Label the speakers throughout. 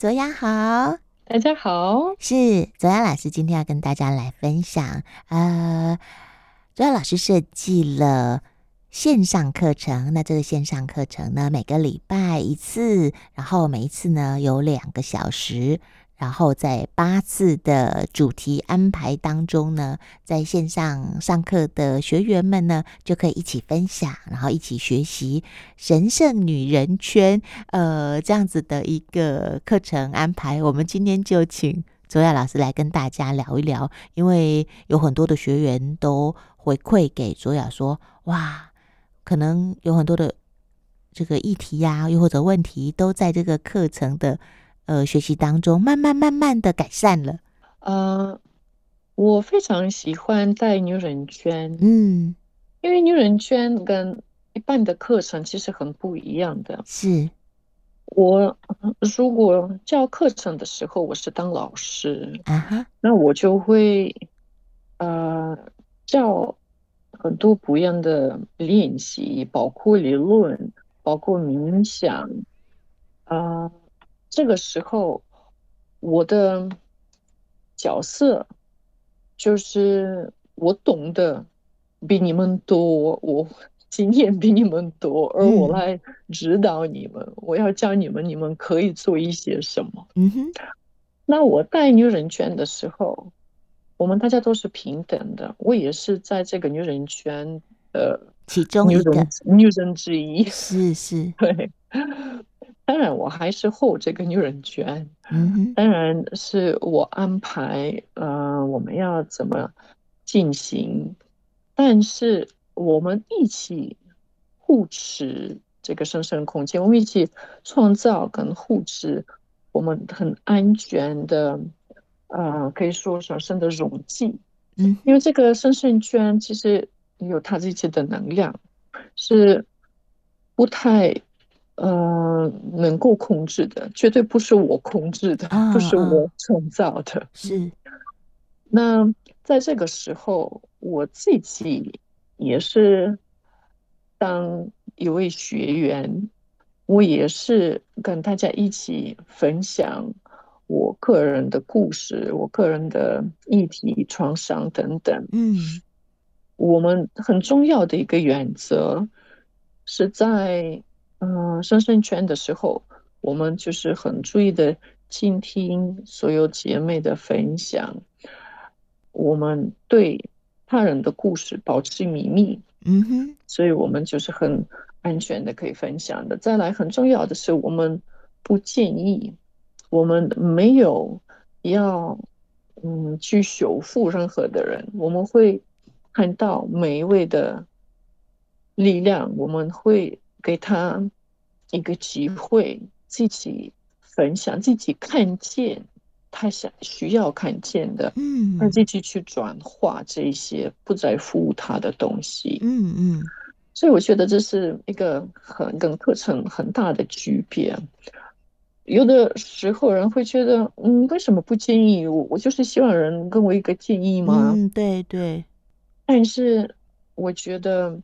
Speaker 1: 左雅好，
Speaker 2: 大家好，
Speaker 1: 哦是左雅老师今天要跟大家来分享，呃，左雅老师设计了线上课程，那这个线上课程呢，每个礼拜一次，然后每一次呢有两个小时。然后在八次的主题安排当中呢，在线上上课的学员们呢，就可以一起分享，然后一起学习神圣女人圈，呃，这样子的一个课程安排。我们今天就请卓雅老师来跟大家聊一聊，因为有很多的学员都回馈给卓雅说，哇，可能有很多的这个议题呀、又或者问题，都在这个课程的。呃学习当中，慢慢慢慢的改善了。
Speaker 2: 呃，我非常喜欢带女人圈，
Speaker 1: 嗯，
Speaker 2: 因为女人圈跟一般的课程其实很不一样的。
Speaker 1: 是，
Speaker 2: 我呃如果教课程的时候，我是当老师，
Speaker 1: 啊哈，
Speaker 2: 那我就会呃教很多不一样的练习，包括理论，包括冥想，呃，这个时候我的角色就是我懂得比你们多，我经验比你们多，而我
Speaker 1: 嗯
Speaker 2: 来指导你们，我要教你们，你们可以做一些什么。
Speaker 1: 嗯哼，
Speaker 2: 那我带女人圈的时候，我们大家都是平等的，我也是在这个女人圈的
Speaker 1: 其中
Speaker 2: 女
Speaker 1: 一
Speaker 2: 人
Speaker 1: 个
Speaker 2: 女人之一。
Speaker 1: 是是，
Speaker 2: 对，当然我还是后这个女人圈，
Speaker 1: 嗯哼，
Speaker 2: 当然是我安排，呃，我们要怎么进行，但是我们一起护持这个生生空间，我们一起创造跟护持我们很安全的，呃，可以说神圣的容器。
Speaker 1: 嗯哼，
Speaker 2: 因为这个生圣圈其实有它自己的能量，是不太呃能够控制的，绝对不是我控制的，
Speaker 1: 啊
Speaker 2: 不是
Speaker 1: 啊
Speaker 2: 我创造的。
Speaker 1: 是，
Speaker 2: 那在这个时候，我自己也是当一位学员，我也是跟大家一起分享我个人的故事、我个人的议题、创伤等等。
Speaker 1: 嗯
Speaker 2: 我们很重要的一个原则是在嗯、呃、生生圈的时候，我们就是很注意的倾听所有姐妹的分享，我们对他人的故事保持秘密，
Speaker 1: 嗯哼，
Speaker 2: 所以我们就是很安全的可以分享的。再来，很重要的是，我们不建议，我们没有要嗯去修复任何的人，我们会看到每一位的力量，我们会给他一个机会，自己分享，自己看见他想需要看见的。
Speaker 1: 嗯
Speaker 2: 让自己去转化这一些不再服务他的东西，
Speaker 1: 嗯嗯
Speaker 2: 所以我觉得这是一个很跟课程很大的区别。有的时候人会觉得，嗯，为什么不建议我？我就是希望人跟我一个建议嘛。
Speaker 1: 嗯，对对，
Speaker 2: 但是我觉得，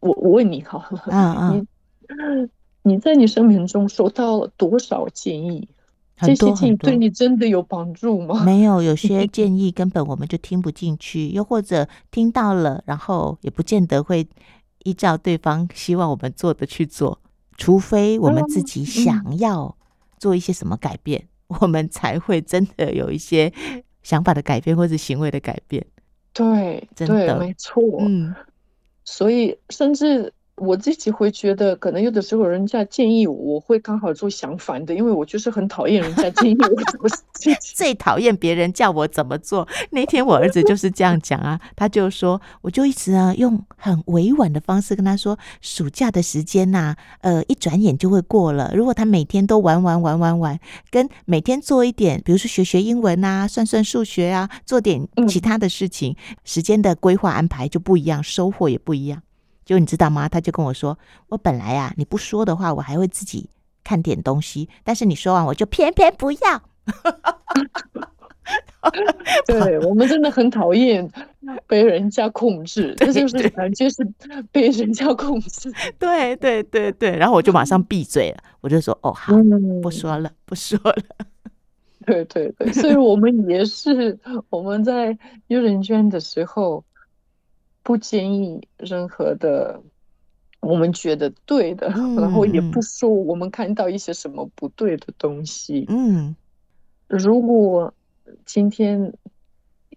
Speaker 2: 我我问你好了，
Speaker 1: 啊啊，
Speaker 2: 你你在你生命中收到了多少建议？
Speaker 1: 很
Speaker 2: 这些
Speaker 1: 多
Speaker 2: 建
Speaker 1: 很
Speaker 2: 议
Speaker 1: 多
Speaker 2: 对。你真的有帮助吗？
Speaker 1: 没有，有些建议根本我们就听不进去，又或者听到了，然后也不见得会依照对方希望我们做的去做，除非我们自己想要做一些什么改变，我们才会真的有一些想法的改变或者行为的改变。
Speaker 2: 对
Speaker 1: 真
Speaker 2: 对，
Speaker 1: 的
Speaker 2: 没错。
Speaker 1: 嗯。
Speaker 2: 所以甚至我自己会觉得，可能有的时候人家建议我，我会刚好做相反的，因为我就是很讨厌人家建议我做事情
Speaker 1: 最讨厌别人叫我怎么做。 那天我儿子就是这样讲啊， 他就说，我就一直啊用很委婉的方式跟他说，暑假的时间呐、呃，一转眼就会过了。如果他每天都玩玩玩玩玩，跟每天做一点，比如说学学英文啊，算算数学啊，做点
Speaker 2: 嗯
Speaker 1: 其他的事情，时间的规划安排就不一样，收获也不一样。就你知道吗？他就跟我说，我本来啊，你不说的话，我还会自己看点东西，但是你说完，我就偏偏不要。
Speaker 2: 对，我们真的很讨厌被人家控制，这就是感觉是被人家控制。
Speaker 1: 对对对对，然后我就马上闭嘴了，我就说哦好，
Speaker 2: 嗯
Speaker 1: 不说了，不说了。
Speaker 2: 对对对，所以我们也是我们在幼人圈的时候，不建议任何的我们觉得对的，
Speaker 1: 嗯
Speaker 2: 然后也
Speaker 1: 嗯
Speaker 2: 不说我们看到一些什么不对的东西。
Speaker 1: 嗯
Speaker 2: 如果今天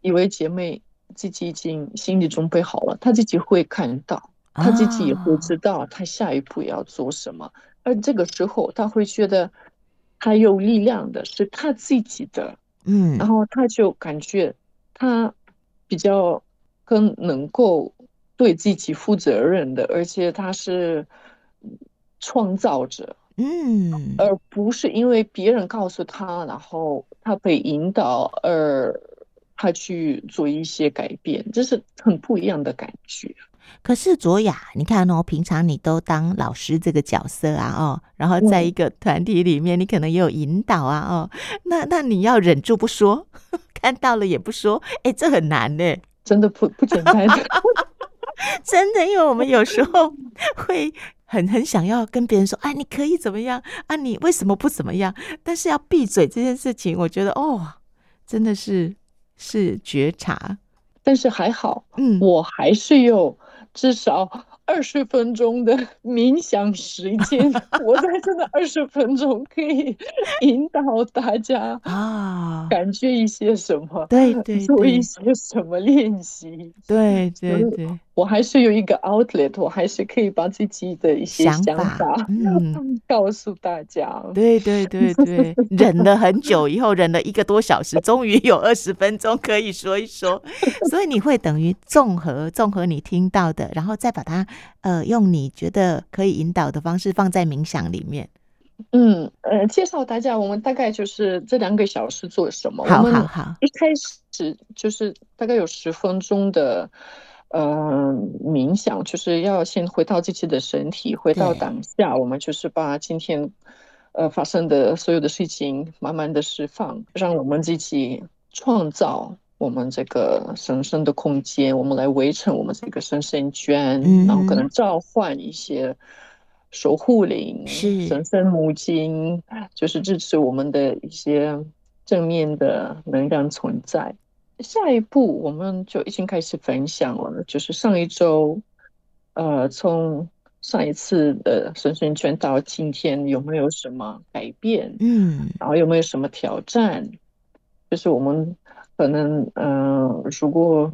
Speaker 2: 一位姐妹自己已经心理准备好了，她自己会 看到，她自己也会
Speaker 1: 啊
Speaker 2: 知道她下一步要做什么，而这个时候她会觉得她有力量的是她自己的。
Speaker 1: 嗯
Speaker 2: 然后他就感觉他比较更能够对自己负责任的，而且他是创造者，
Speaker 1: 嗯
Speaker 2: 而不是因为别人告诉他，然后他被引导而他去做一些改变，这是很不一样的感觉。
Speaker 1: 可是卓雅，你看哦，平常你都当老师这个角色啊，哦，然后在
Speaker 2: 嗯
Speaker 1: 一个团体里面，你可能也有引导啊，哦，那那你要忍住不说， 看到了也不说，哎，这很难呢，
Speaker 2: 真的不不简单，
Speaker 1: 真的，因为我们有时候会很很想要跟别人说，哎，你可以怎么样啊？你为什么不怎么样？但是要闭嘴这件事情，我觉得哦，真的是是觉察，
Speaker 2: 但是还好，
Speaker 1: 嗯，
Speaker 2: 我还是有至少二十分钟的 冥想时间，我在这的二十分钟可以 引导大家
Speaker 1: 啊，
Speaker 2: 感觉一些什么，
Speaker 1: 对对
Speaker 2: 做一
Speaker 1: 对
Speaker 2: 些什么练习。
Speaker 1: 对对
Speaker 2: 所以
Speaker 1: 对。
Speaker 2: 我还是有一个 outlet，我还是可以把自己的一些
Speaker 1: 想
Speaker 2: 想
Speaker 1: 法
Speaker 2: 法
Speaker 1: 嗯
Speaker 2: 告诉大家。
Speaker 1: 对对对 对，忍了很久以后，忍了一个多小时，终于有二十分钟可以说一说，所以你会等于综合综合你听到的，然后再把它呃用你觉得可以引导的方式放在冥想里面。
Speaker 2: 嗯，呃，介绍大家，我们大概就是这两个小时做什么。
Speaker 1: 好
Speaker 2: 我们
Speaker 1: 好好，
Speaker 2: 一开始就是大概有十分钟的，呃，冥想，就是要先回到自己的身体，回到
Speaker 1: 对
Speaker 2: 当下。我们就是把今天，呃，发生的所有的事情慢慢的释放，让我们自己创造我们这个神圣的空间，我们来围成我们这个神圣圈，然后可能
Speaker 1: 嗯
Speaker 2: 召唤一些。守护灵
Speaker 1: 是
Speaker 2: 神圣母亲，就是支持我们的一些正面的能量存在。下一步我们就已经开始分享了，就是上一周，呃，从上一次的神圣圈到今天有没有什么改变？
Speaker 1: 嗯
Speaker 2: 然后有没有什么挑战？就是我们可能，嗯、如果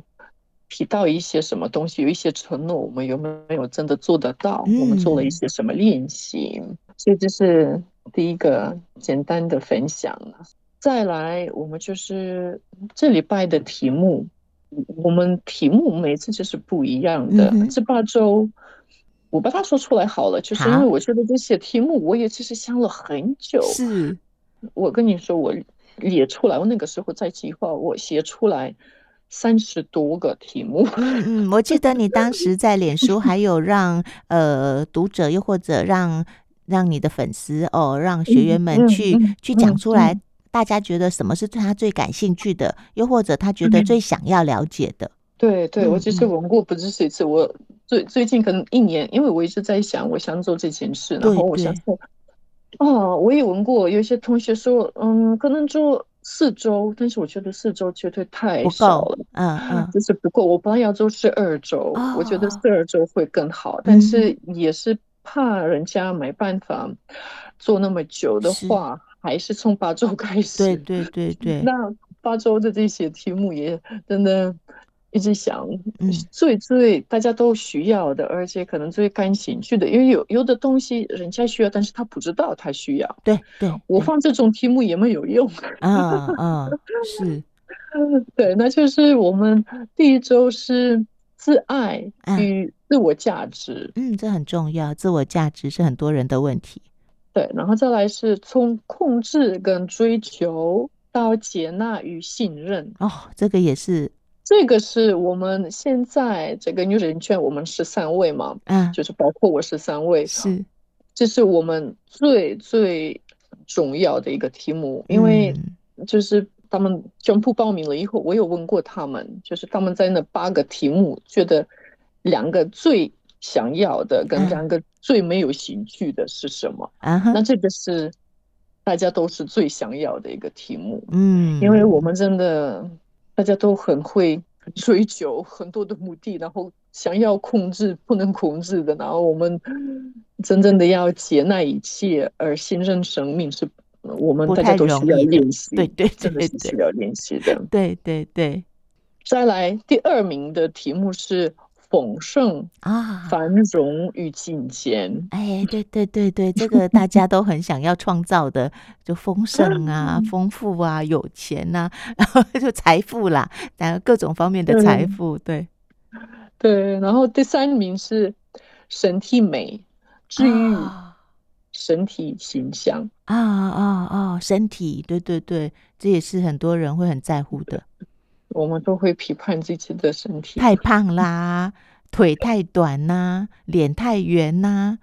Speaker 2: 提到一些什么东西，有一些承诺，我们有没有真的做得到？我们做了一
Speaker 1: 嗯
Speaker 2: 些什么练习？所以这是第一个简单的分享了。再来，我们就是这礼拜的题目，我们题目每次就是不一样的
Speaker 1: 嗯。哼
Speaker 2: 这八周，我把它说出来好了，就是因
Speaker 1: 好
Speaker 2: 为我觉得这些题目，我也其实想了很久。
Speaker 1: 是
Speaker 2: 我跟你说，我列出来，我那个时候在计划，我写出来三十多个题目。
Speaker 1: 嗯嗯，我记得你当时在脸书还有让呃读者又或者让让你的粉丝哦，让学员们
Speaker 2: 嗯
Speaker 1: 去、
Speaker 2: 嗯
Speaker 1: 去讲
Speaker 2: 嗯
Speaker 1: 出来
Speaker 2: 嗯，
Speaker 1: 大家觉得什么是对他最感兴趣的，又或者他觉得
Speaker 2: 嗯
Speaker 1: 最想要了解的。
Speaker 2: 对对，我
Speaker 1: 嗯
Speaker 2: 其实
Speaker 1: 嗯
Speaker 2: 玩过不止一次，我最最近可能一年，因为我一直在想，我想做这件事，然
Speaker 1: 对
Speaker 2: 后我
Speaker 1: 对
Speaker 2: 想说，哦，我也问过，有些同学说，嗯，可能做四周，但是我觉得四周绝对太
Speaker 1: 不
Speaker 2: 少
Speaker 1: 够
Speaker 2: 了。
Speaker 1: 嗯嗯
Speaker 2: 就是不过我本来要做十二周，我觉得
Speaker 1: 哦嗯
Speaker 2: 十二周会更好，但是也是怕人家没办法做那么久的
Speaker 1: 是
Speaker 2: 话，还是从八周开始。
Speaker 1: 对对对对，
Speaker 2: 那八周的这些题目也真的一直想
Speaker 1: 嗯，
Speaker 2: 最最大家都需要的，而且可能最感兴趣的，因为有有的东西人家需要，但是他不知道他需要。
Speaker 1: 对对，
Speaker 2: 我
Speaker 1: 对
Speaker 2: 放这种题目也没有用。
Speaker 1: 嗯嗯是
Speaker 2: 对，那就是我们第一周是自爱
Speaker 1: 嗯
Speaker 2: 与自我价值，
Speaker 1: 嗯，这很重要，自我价值是很多人的问题。
Speaker 2: 对，然后再来是从控制跟追求到接纳与信任，
Speaker 1: 哦，这个也是
Speaker 2: 这个是我们现在这个女人圈，我们十三位嘛，
Speaker 1: 啊，
Speaker 2: 就是包括我十三位，
Speaker 1: 是
Speaker 2: 这是我们最最重要的一个题目，因为
Speaker 1: 嗯
Speaker 2: 就是他们全部报名了以后，我有问过他们，就是他们在那八个题目，觉得两个最想要的跟
Speaker 1: 嗯
Speaker 2: 两个最没有兴趣的是什么？
Speaker 1: 啊哈
Speaker 2: 那这个是大家都是最想要的一个题目，
Speaker 1: 嗯，
Speaker 2: 因为我们真的大家都很会追求很多的目的，然后想要控制不能控制的，然后我们真正的要接纳一切而信任生命是。嗯我们
Speaker 1: 不
Speaker 2: 大
Speaker 1: 太
Speaker 2: 家都
Speaker 1: 容
Speaker 2: 需要
Speaker 1: 易的
Speaker 2: 练习，
Speaker 1: 对对
Speaker 2: 真的
Speaker 1: 对
Speaker 2: 是
Speaker 1: 对
Speaker 2: 需要练习的。
Speaker 1: 对对对
Speaker 2: 再来，第二名的题目是丰盛、
Speaker 1: 啊，
Speaker 2: 繁荣与金钱。
Speaker 1: 哎，对对对对，这个大家都很想要创造的，就丰盛啊、
Speaker 2: 嗯
Speaker 1: 丰富啊、有钱呐、 然后就财富啦，然后各种方面的财
Speaker 2: 嗯
Speaker 1: 富，对，
Speaker 2: 对，然后第三名是身体美、治愈
Speaker 1: 啊
Speaker 2: 身体形象。
Speaker 1: 啊啊啊，身体，对对对，这也是很多人会很在乎的，
Speaker 2: 我们都会批判自己的身体，
Speaker 1: 太胖啦，腿太短呐、脸太圆呐、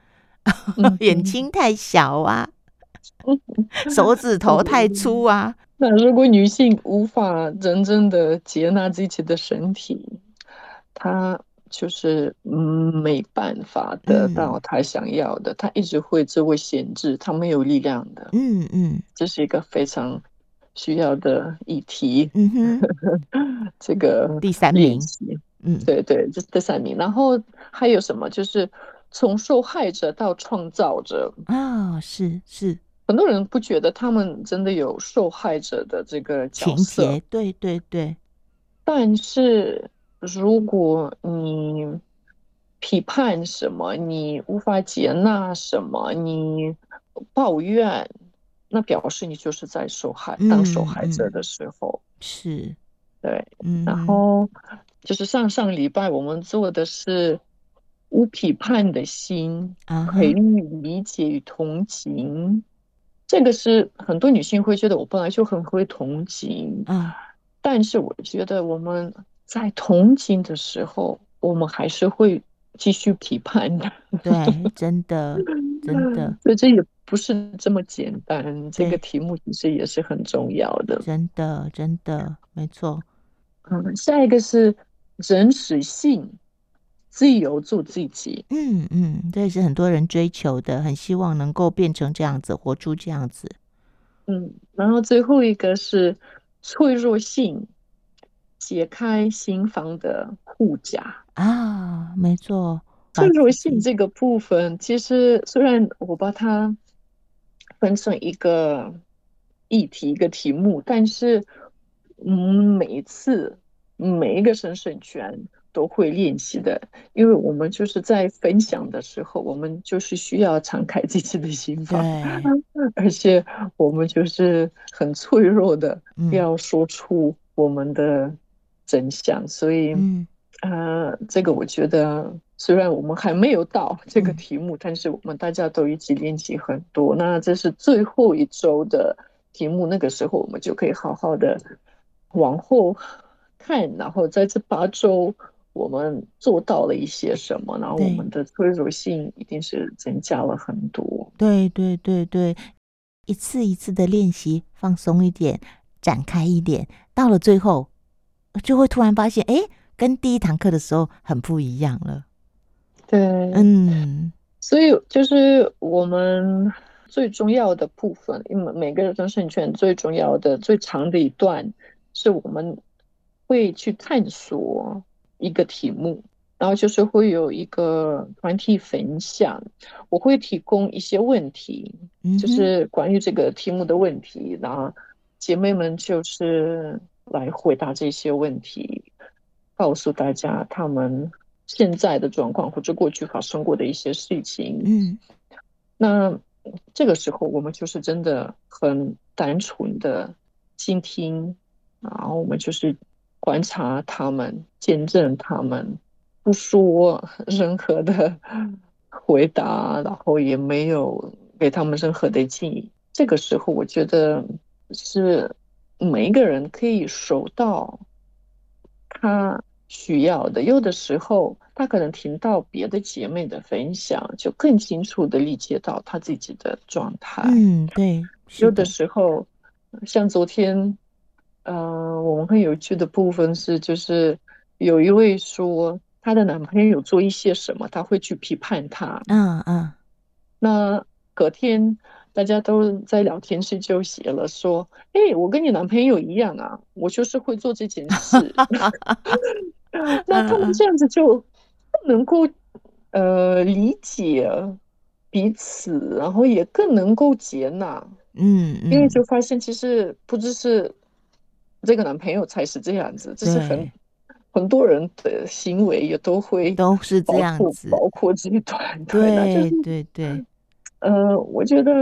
Speaker 2: 嗯
Speaker 1: 眼
Speaker 2: 哼
Speaker 1: 睛太小啊， 手指头太粗啊，
Speaker 2: 那如果女性无法真正的接纳自己的身体，她就是嗯没办法得
Speaker 1: 嗯
Speaker 2: 到她想要的，她一直会自我限制，她没有力量的。
Speaker 1: 嗯嗯
Speaker 2: 这是一个非常需要的议题。
Speaker 1: 嗯哼，
Speaker 2: 这个
Speaker 1: 第三
Speaker 2: 练
Speaker 1: 名
Speaker 2: 习
Speaker 1: 嗯
Speaker 2: 对对，这是第三名。然后还有什么？就是从受害者到创造者，
Speaker 1: 啊、是是。
Speaker 2: 很多人不觉得他们真的有受害者的这个角
Speaker 1: 情
Speaker 2: 色。
Speaker 1: 节，对对对，
Speaker 2: 但是如果你批判什么，你无法接纳什么，你抱怨，那表示你就是在受害，当受害者
Speaker 1: 嗯嗯
Speaker 2: 的时候，
Speaker 1: 是，
Speaker 2: 对。
Speaker 1: 嗯，
Speaker 2: 然后就是上上礼拜我们做的是无批判的心，
Speaker 1: 啊哈，
Speaker 2: 培育理解与同情。这个是很多女性会觉得我本来就很会同情，
Speaker 1: 啊，
Speaker 2: 但是我觉得我们在同情的时候，我们还是会继续批判的，
Speaker 1: 对，真的， 真 的，
Speaker 2: 所以这也不是这么简单。这
Speaker 1: 对
Speaker 2: 个题目其实也是很重要的。
Speaker 1: 真的，真的，没错，
Speaker 2: 嗯，下一个是真实性，自由做自己。
Speaker 1: 嗯嗯，这也是很多人追求的，很希望能够变成这样子，活出这样子，
Speaker 2: 嗯，然后最后一个是脆弱性，解开心房的护甲。
Speaker 1: 啊，嗯没错，把
Speaker 2: 脆弱
Speaker 1: 自
Speaker 2: 性
Speaker 1: 己
Speaker 2: 这个部分，其实虽然我把它分成一个议题、一个题目，但是，嗯，每一次每一个神圣权都会练习的，因为我们就是在分享的时候，我们就是需要敞开自己的心 房，
Speaker 1: 对，
Speaker 2: 而且我们就是很脆弱的，
Speaker 1: 嗯
Speaker 2: 要说出我们的真相，所以，
Speaker 1: 嗯
Speaker 2: 呃，这个我觉得，虽然我们还没有到这个
Speaker 1: 嗯
Speaker 2: 题目，但是我们大家都一起练习很多。那这是最后一周的题目，那个时候我们就可以好好的往后看，然后在这八周我们做到了一些什么，然后我
Speaker 1: 对
Speaker 2: 们的脆弱性一定是增加了很多。
Speaker 1: 对对对对，一次一次的练习，放松一点，展开一点，到了最后，就会突然发现，哎，跟第一堂课的时候很不一样了。
Speaker 2: 对，
Speaker 1: 嗯，
Speaker 2: 所以就是我们最重要的部分，因为每个人生权最重要的、最长的一段，是我们会去探索一个题目，然后就是会有一个团体分享，我会提供一些问题，
Speaker 1: 嗯
Speaker 2: 就
Speaker 1: 哼
Speaker 2: 是关于这个题目的问题，然后姐妹们就是来回答这些问题，告诉大家她们现在的状况或者过去发生过的一些事情。
Speaker 1: 嗯
Speaker 2: 那这个时候，我们就是真的很单纯的倾听，然后我们就是观察他们，见证他们，不说 任何的回答，然后也没有给他们任何的建议。这个时候，我觉得是每一个人可以收到他需要的。有的时候，他可能听到别的姐妹的分享，就更清楚的理解到他自己的状态。
Speaker 1: 嗯，对，是
Speaker 2: 啊有的时候，像昨天，呃，我们很有趣的部分是，就是有一位说她的男朋友
Speaker 1: 嗯
Speaker 2: 做一些什么，她会去批判他。
Speaker 1: 嗯嗯
Speaker 2: 那隔天大家都在聊天室就写了说：“哎，我跟你男朋友一样啊，我就是会做这件事。” 那他们这样子就不能够呃理解彼此，然后也更能够接纳，
Speaker 1: 嗯，
Speaker 2: 因为
Speaker 1: 嗯
Speaker 2: 就发现其实不只是这个男朋友才是这样子，这是很
Speaker 1: 对
Speaker 2: 很多人的行为也都会
Speaker 1: 都是这
Speaker 2: 包
Speaker 1: 样
Speaker 2: 括
Speaker 1: 子，
Speaker 2: 包括这一段，那就
Speaker 1: 对
Speaker 2: 是
Speaker 1: 对对，
Speaker 2: 呃，我觉得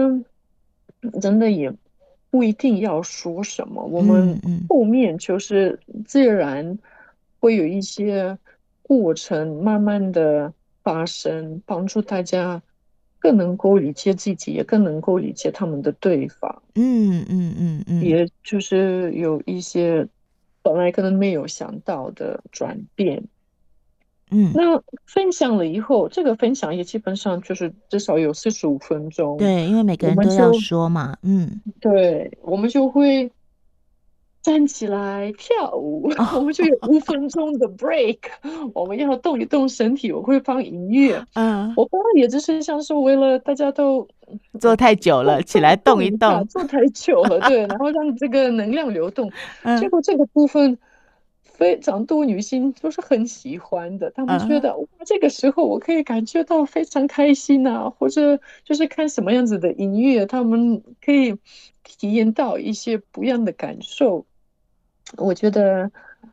Speaker 2: 真的也不一定要说什么，我们
Speaker 1: 嗯嗯
Speaker 2: 后面就是自然会有一些过程，慢慢的发生，帮助大家更能够理解自己，也更能够理解他们的对方，
Speaker 1: 嗯嗯嗯嗯，
Speaker 2: 也就是有一些本来可能没有想到的转变。
Speaker 1: 嗯，
Speaker 2: 那分享了以后，这个分享也基本上就是至少有四十五分钟。
Speaker 1: 对，因为每个
Speaker 2: 我
Speaker 1: 人
Speaker 2: 们
Speaker 1: 都要
Speaker 2: 就
Speaker 1: 说嘛，嗯，
Speaker 2: 对，我们就会站起来跳舞，
Speaker 1: 哦
Speaker 2: 我们就有五分钟的 break，我 们要动一动身体，我会放音乐。
Speaker 1: 啊，
Speaker 2: 我放也只是像是为了大家都啊
Speaker 1: 坐太久了，起来动一
Speaker 2: 一下，
Speaker 1: 动，
Speaker 2: 坐太久了， 对，然后让这个能量流动。结
Speaker 1: 嗯
Speaker 2: 果这个部分非常多女性都是很喜欢的，她们觉
Speaker 1: 啊，
Speaker 2: 得哇，这个时候我可以感觉到非常开心呐、或者就是看什么样子的音乐，她们可以体验到一些不一样的感受。我觉得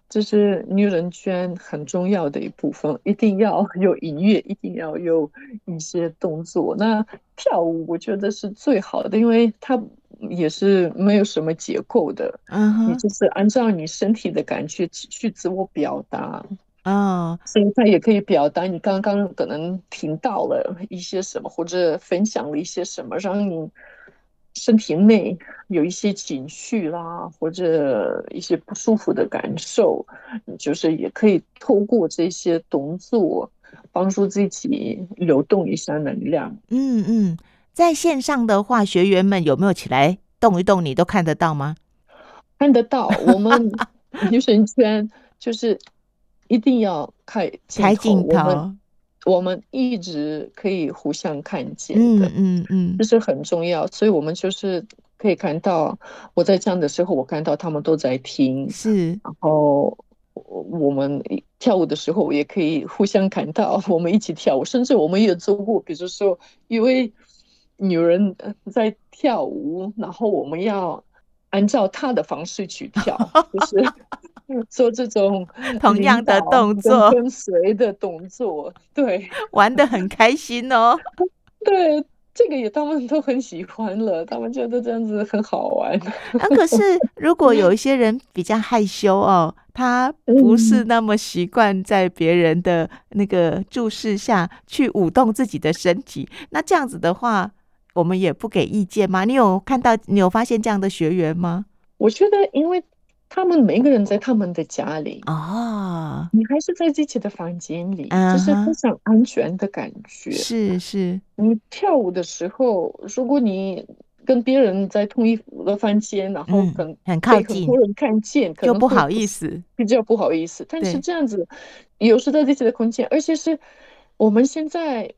Speaker 2: 这是女人圈很重要的一部分，一定要 有音乐，一定要有一些动作。那跳舞我觉得是最好的，因为它也是没有什么结构的，
Speaker 1: 嗯
Speaker 2: 你
Speaker 1: 哼，
Speaker 2: 就是按照你身体的感觉去去自我表达，
Speaker 1: 哦，
Speaker 2: 所以它也可以表达你刚刚可能听到了一些什么，或者分享了一些什么，让你身体内有一些情绪啦，或者一些不舒服的感受，你就是也可以透过这些动作帮助自己流动一下能量。
Speaker 1: 嗯嗯，在线上的话，学员们有没有起来动一动，你都看得到吗？
Speaker 2: 看得到，我 们女神圈就是一定要开镜
Speaker 1: 开
Speaker 2: 头，
Speaker 1: 镜
Speaker 2: 我们
Speaker 1: 头，
Speaker 2: 我们一直可以互相看见
Speaker 1: 嗯
Speaker 2: 的，
Speaker 1: 嗯嗯
Speaker 2: 这是很重要。所以我们就是可以看到，我在这样的时候，我看到他们都在听，
Speaker 1: 是，
Speaker 2: 然后我我们一跳舞的时候，我也可以互相看到， 我们一起跳舞，甚至我们也做过，比如说一位女人呃在跳舞，然后我们要按照她的方式去 跳，就是做 这种
Speaker 1: 同
Speaker 2: 领
Speaker 1: 样的
Speaker 2: 导
Speaker 1: 动
Speaker 2: 跟
Speaker 1: 作，
Speaker 2: 跟随的动作，对。
Speaker 1: 玩得很开心哦。
Speaker 2: 对，这个也他们都很喜欢了，他们觉得这样子很好玩。
Speaker 1: 啊，可是如果有一些人比较害羞哦，他不是
Speaker 2: 嗯，
Speaker 1: 那么习惯在别人的那个注视下去舞动自己的身体，那这样子的话，我们也不给意见吗？你有看到，你有发现这样的学员吗？
Speaker 2: 我觉得，因为他们每个人在他们的家里，
Speaker 1: 哦，
Speaker 2: 你还是在自己的房间里，这
Speaker 1: 嗯
Speaker 2: 是非
Speaker 1: 哼，
Speaker 2: 常安全的感觉。
Speaker 1: 是是，
Speaker 2: 你跳舞的时候，如果你跟别人在同一个房间，然后
Speaker 1: 嗯，
Speaker 2: 可能
Speaker 1: 很靠
Speaker 2: 被很
Speaker 1: 近
Speaker 2: 多人看见，可
Speaker 1: 就
Speaker 2: 能
Speaker 1: 不
Speaker 2: 会
Speaker 1: 好
Speaker 2: 不
Speaker 1: 意
Speaker 2: 是
Speaker 1: 思，
Speaker 2: 比较不好意思。但是
Speaker 1: 对，
Speaker 2: 这样子，有时在自己的空间，而且是我们现在，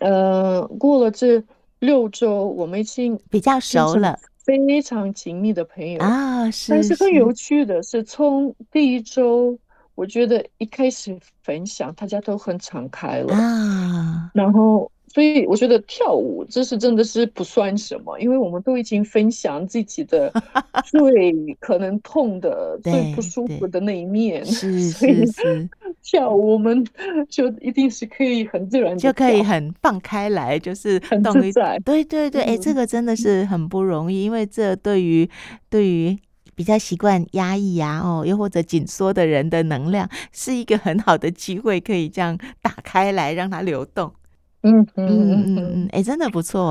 Speaker 2: 呃，过了这六周，我们已经
Speaker 1: 比较
Speaker 2: 变
Speaker 1: 熟
Speaker 2: 成
Speaker 1: 了
Speaker 2: 非常紧密的朋友。
Speaker 1: 啊，
Speaker 2: 但
Speaker 1: 是
Speaker 2: 是更有
Speaker 1: 是，
Speaker 2: 趣的是，从第一周，我觉得一开始分享，大家都很敞开 了。
Speaker 1: 啊，
Speaker 2: 然后，所以我觉得跳舞这是真的是不算什么，因为我们都已经分享自 己的最可能痛的、最
Speaker 1: 对
Speaker 2: 不舒服
Speaker 1: 对，
Speaker 2: 的那一面，
Speaker 1: 是
Speaker 2: 所以
Speaker 1: 是是，
Speaker 2: 跳舞我们就一定是可以很自然
Speaker 1: 就
Speaker 2: 的
Speaker 1: 可以
Speaker 2: 跳，
Speaker 1: 很放开来，就是
Speaker 2: 很自
Speaker 1: 动一，
Speaker 2: 在。
Speaker 1: 对对对，哎，这
Speaker 2: 嗯
Speaker 1: 个真的是很不容易，因为这对于对于比较习惯压抑呀、哦，又或者紧缩的人的能量，是一个很好的机会，可以这样打开来，让它流动。
Speaker 2: 嗯
Speaker 1: 嗯
Speaker 2: 嗯嗯
Speaker 1: 嗯嗯，
Speaker 2: 嗯。
Speaker 1: 哎，真的不错。